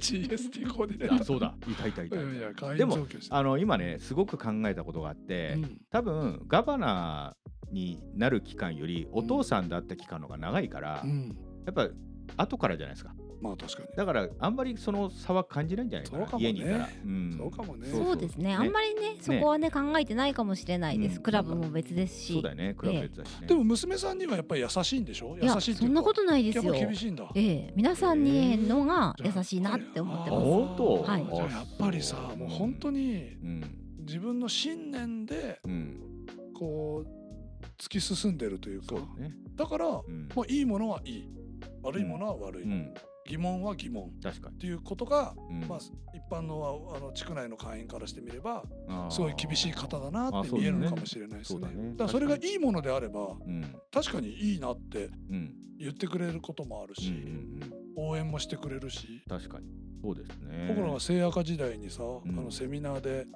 GST コーディネうーんあタそうだ痛い痛い痛いー。いやいや会員でも増強して。あの今ねすごく考えたことがあって、うん多分ガバナーになる期間よりお父さんだった期間の方が長いから、うやんっぱ後からじゃないですかまあ確かに。だからあんまりその差は感じないんじゃないかなそうかもね家にいたら、んそうかもねそうですねあんまりねそこはね考えてないかもしれないです、うんクラブも別ですしそうだよねクラブ別だしね、でも娘さんにはやっぱり優しいんでしょい優やしいってそいんうなかことないですよやっぱ厳しいんだ。ええ、皆さんにのが優しいなって思ってます。あ本当はいじゃあやっぱりさもう本当にうん自分の信念でうんこう突き進んでるというかそうだねだからもうん、ういいものはいい悪いものは悪い、うん、疑問は疑問っ確かに、ていうことが、うんまあ、一般のああの地区内の会員からしてみればあーすごい厳しい方だなあってそう見だえねるのかもしれないですね。そうだねだからそれがいいものであればうん確かにいいなってうんうん言ってくれることもあるうんうし、ん応援もしてくれるし確かにそうですね僕らが聖赤時代にさ、んあのセミナーで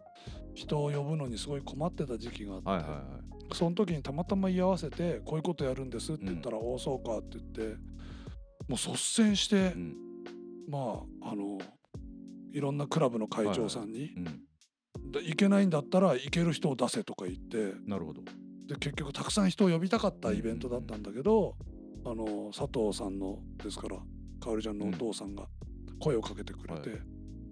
人を呼ぶのにすごい困ってた時期があって、はいはいはいその時にたまたま居合わせてこういうことやるんですって言ったら「おおそうか」って言ってもう率先して、うんまああのいろんなクラブの会長さんにう「んで行けないんだったら行ける人を出せ」とか言ってなるほどで結局たくさん人を呼びたかったイベントだったんだけど、あの佐藤さんのですからかおりちゃんのお父さんが声をかけてくれて、で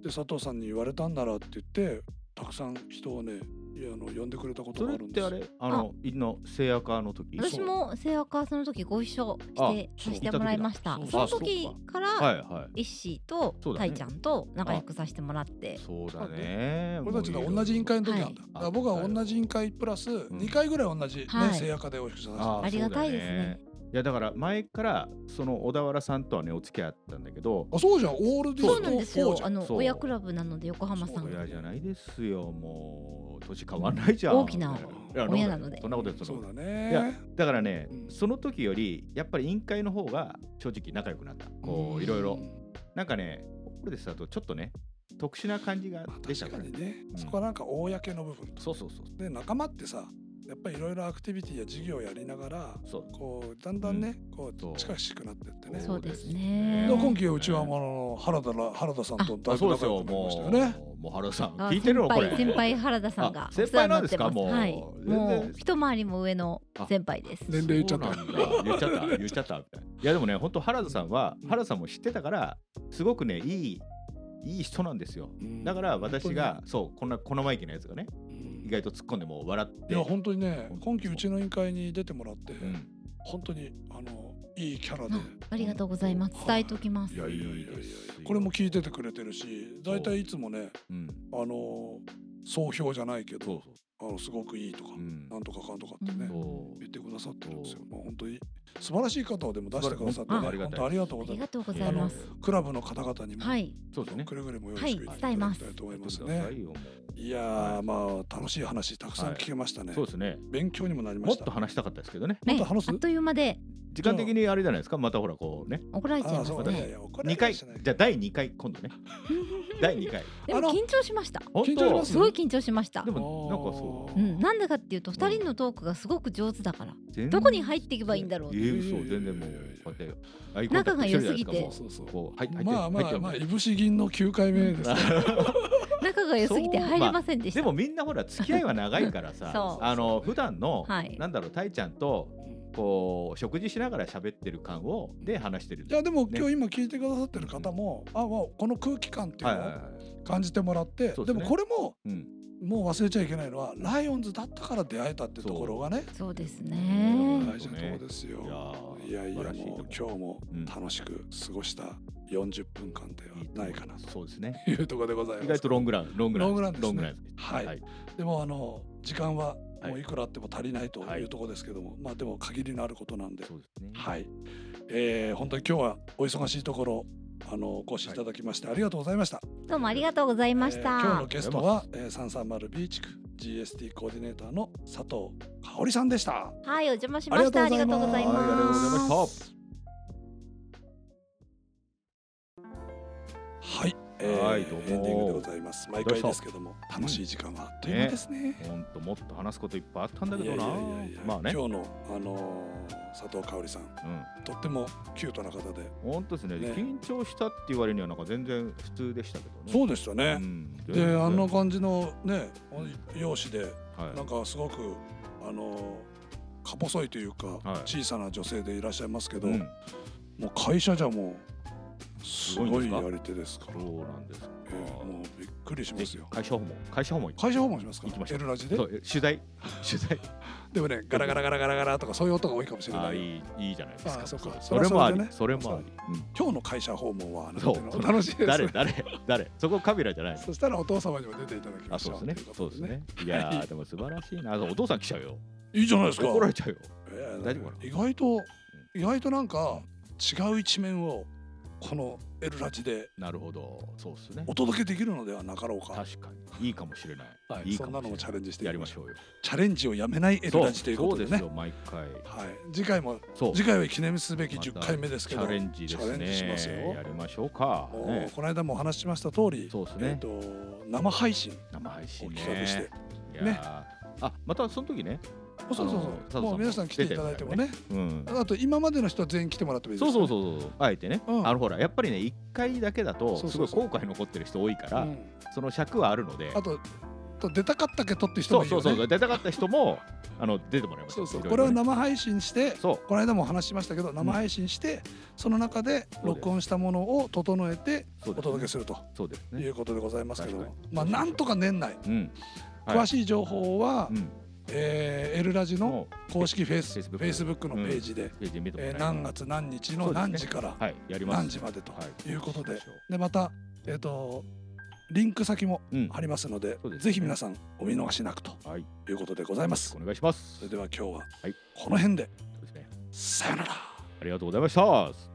佐藤さんに言われたんならって言ってたくさん人をねいやあの呼んでくれたことそがれあっるんでてすあよれあのいの聖夜会の時私もセアカーその時ご一緒してあさせてもらいましたそうそのそう時かはらいはイッシーとそうだタねイちゃんと仲良くさせてもらっていそうだね俺たちが同じ委員会の時なんだ,、はいだから僕は同じ委員会プラス2回ぐらい同じ、ねはい聖夜課でお引きさせてもらっあありがたいですねそうだいやだから前からその小田原さんとはねお付き合いあったんだけどたあそうじゃんオールディそうーなんですよあのそう親クラブなので横浜さそうん親じゃないですよもう年変わんないじゃん大きなみたい親なのでそんなことですそそんうなだことねいやだからねうんその時よりやっぱり委員会の方が正直仲良くなったこういろいろなんかねこれですだとちょっとね特殊な感じがまあ 出ちゃ確かうかにらね、うんそこはなんか公の部分とそうそうそうで仲間ってさやっぱりいろいろアクティビティや授業やりながらそうこうだんだんね、こそうう近しくなってってねそうですねでそう今期はうちはももの原田ら原田さんとだあいぶそうです仲よ良くなりまもしたようね。もう原田さんあ聞いてるのこれ先輩先輩原田さんがあお世先話輩なんになでってすまかすもうはい全然もう一回りも上の先輩です年齢言っちゃったそうなんだ言っちゃった言っちゃったみたいないやでもね本当原田さんはうん原田さんも知ってたからすごくねいいいい人なんですようんだから私が、そうこんなこの前期のやつがねうん意外と突っ込んでもう笑っいてや本当にね本当今期うちの委員会に出てもらって、うん本当にあのいいキャラであありがとうございます伝えときますいやいいですよこれも聞いててくれてるし大体いつもねうんあの総評じゃないけそうどそあのすごくいいとか、ううんなんとかかんとかってね、うんそう言ってくださってるんですよそ。まあ本当に素晴らしい方をでも出してくださってね、あありが本たい当ありがとうごあざいります。がとうございますやクラブの方々にも、はいそうですねくれぐれもよろしくはい言っていただきたいと思いやっまてすくね。ださいよもいやー、まあ楽しい話たくさん聞けましたね。うそうですね勉強にもなりまもっした。と話したかったですけどねまねた話すあっという間で時間的にあれじゃないですかまたほらこうね怒られちゃあいまあ、すそうだね。いやいねや怒られ二た回りしじないゃあ第二回今 度ね第二回でもあの緊張しました本当緊張しますすごい緊張しましたでもなんかそうあだーうん、なんでかっていうとん2人のトークがすごく上手だから、全然どこに入っていけばいいんだろうってえー嘘全然もうこうやってアイコンタクトしてるじゃないですかそうそうもうそう。こう入って入ってまあま入あっまあているぶし銀の九回目ですね。仲が良すぎて入れませんでしでた、もみんなほら付き合いは長いからさそうあの普段のはいなんだろうたいちゃんとこう食事しながら喋ってる感をで話してるいやでもね今日今聞いてくださってる方も、あ、まあこの空気感っていはういはいはのいを感じてもらって、そうでですもねこれもうんもう忘れちゃいけないのはライオンズだったから出会えたってところがねそうですそうね大事なところですよ。いいややーいや素晴らしいもう今日もうん楽しく過ごした40分間ではないかなとそうですねいうところでございます。意外とロングランロングランロングランですねはいはいでもあの時間ははいもういくらあっても足りないとはいいうところですけども、まあでも限りのあることなんで、そうですねはい、えー本当に今日はお忙しいところあのお越しいただきましてありがとうございました。どうもありがとうございましえー今日たの、ゲストは、えー、330B 地区 GST コーディネーターの佐藤香織さんでした。はいお邪魔しましたあありりががととううごござざいいますはいありがとうございまますしたはい、えーはいどうもエンディングでございます。毎回ですけども、う楽しい時間はあっという間ですね。ほんともっと話すこといっぱいあったんだけいやどいなやいやいやまあね今日の、あのー佐藤香織さん、とってもキュートな方で。うん本当ですねね緊張したって言われにはなんか全然普通でしたけどねそうでしたうね。ん全で、然あんなは感じのね、容姿で、いなんかすごく、あのーか細いというか、はい小さな女性でいらっしゃいますけど、うんもう会社じゃもうすすごごいんですいかやり手ですから、そうなんですかえーもうびっくりしまぜすひよ。会社訪問会社訪問行き会社訪問しますか行きましょエうルラジでそうえ 取材取材で もねガラガラガラガラガラとかそういう音が多いかもしれあなあいいいいいじゃないですあかそうかそれもありそそれれはそれもであねり今日の会社訪問はなんていそううの楽しいうんです誰ね誰誰そこカビラじゃないそしたらお父様にも出ていただきまあしそょううですといねこそうとですねいやーでも素晴らしいなそうお父さん来ちゃうよいいじゃないですか怒られちゃうよいやいや大丈夫かな意外と意外となんか違う一面をこのエルラジでなるほどそうですねお届けできるのではなかろうか確かにいいかもしれない、はいいいそかんなもしれないのもチャレンジしていやきりままししょうょうよチャレンジをやめないエルそうラジということでねそうですよ毎回はい次回もそう次回は記念すべきまた10回目ですけどチャレンジですねチャレンジしますよやりましょうか、もうね、この間もお話ししました通り、そうですえっねと生配信生配信をね企画して、いやーねあまたその時ねそうそうあの佐そう藤もさうん皆さん来ていただいてもねうんあと今までの人は全員来てもらってもいいですそうねそうそうそうあえてね、うんあのほらやっぱりね一回だけだそとうすそごういそう後悔残ってる人多いからうそんの尺はあるのであとと出たかったけどっていう人そもういるそようねそう出たかった人も あの出てもらいましたそうそういろこいろねれを生配信してそうこの間も話しましたけど生配信して、その中で録音したものを整えてそおうですね届けするとそうですいねうことでございますけども、確かにまあなんとか年内うんはい詳しい情報は、うんえー、エルラジのも公式フェイス Facebook フェイスブックのページで、うページ見てもらええーば何月何日の何時からはいやります何時までとはいいうことで、そうしましょでまたえっ、とリンク先もううんありますので、そうですねぜひ皆さんお見逃しなくとはいよいうことでございまろすしく。お願いしますそれでは今日ははいこの辺でそうですねさよなら。ありがとうございました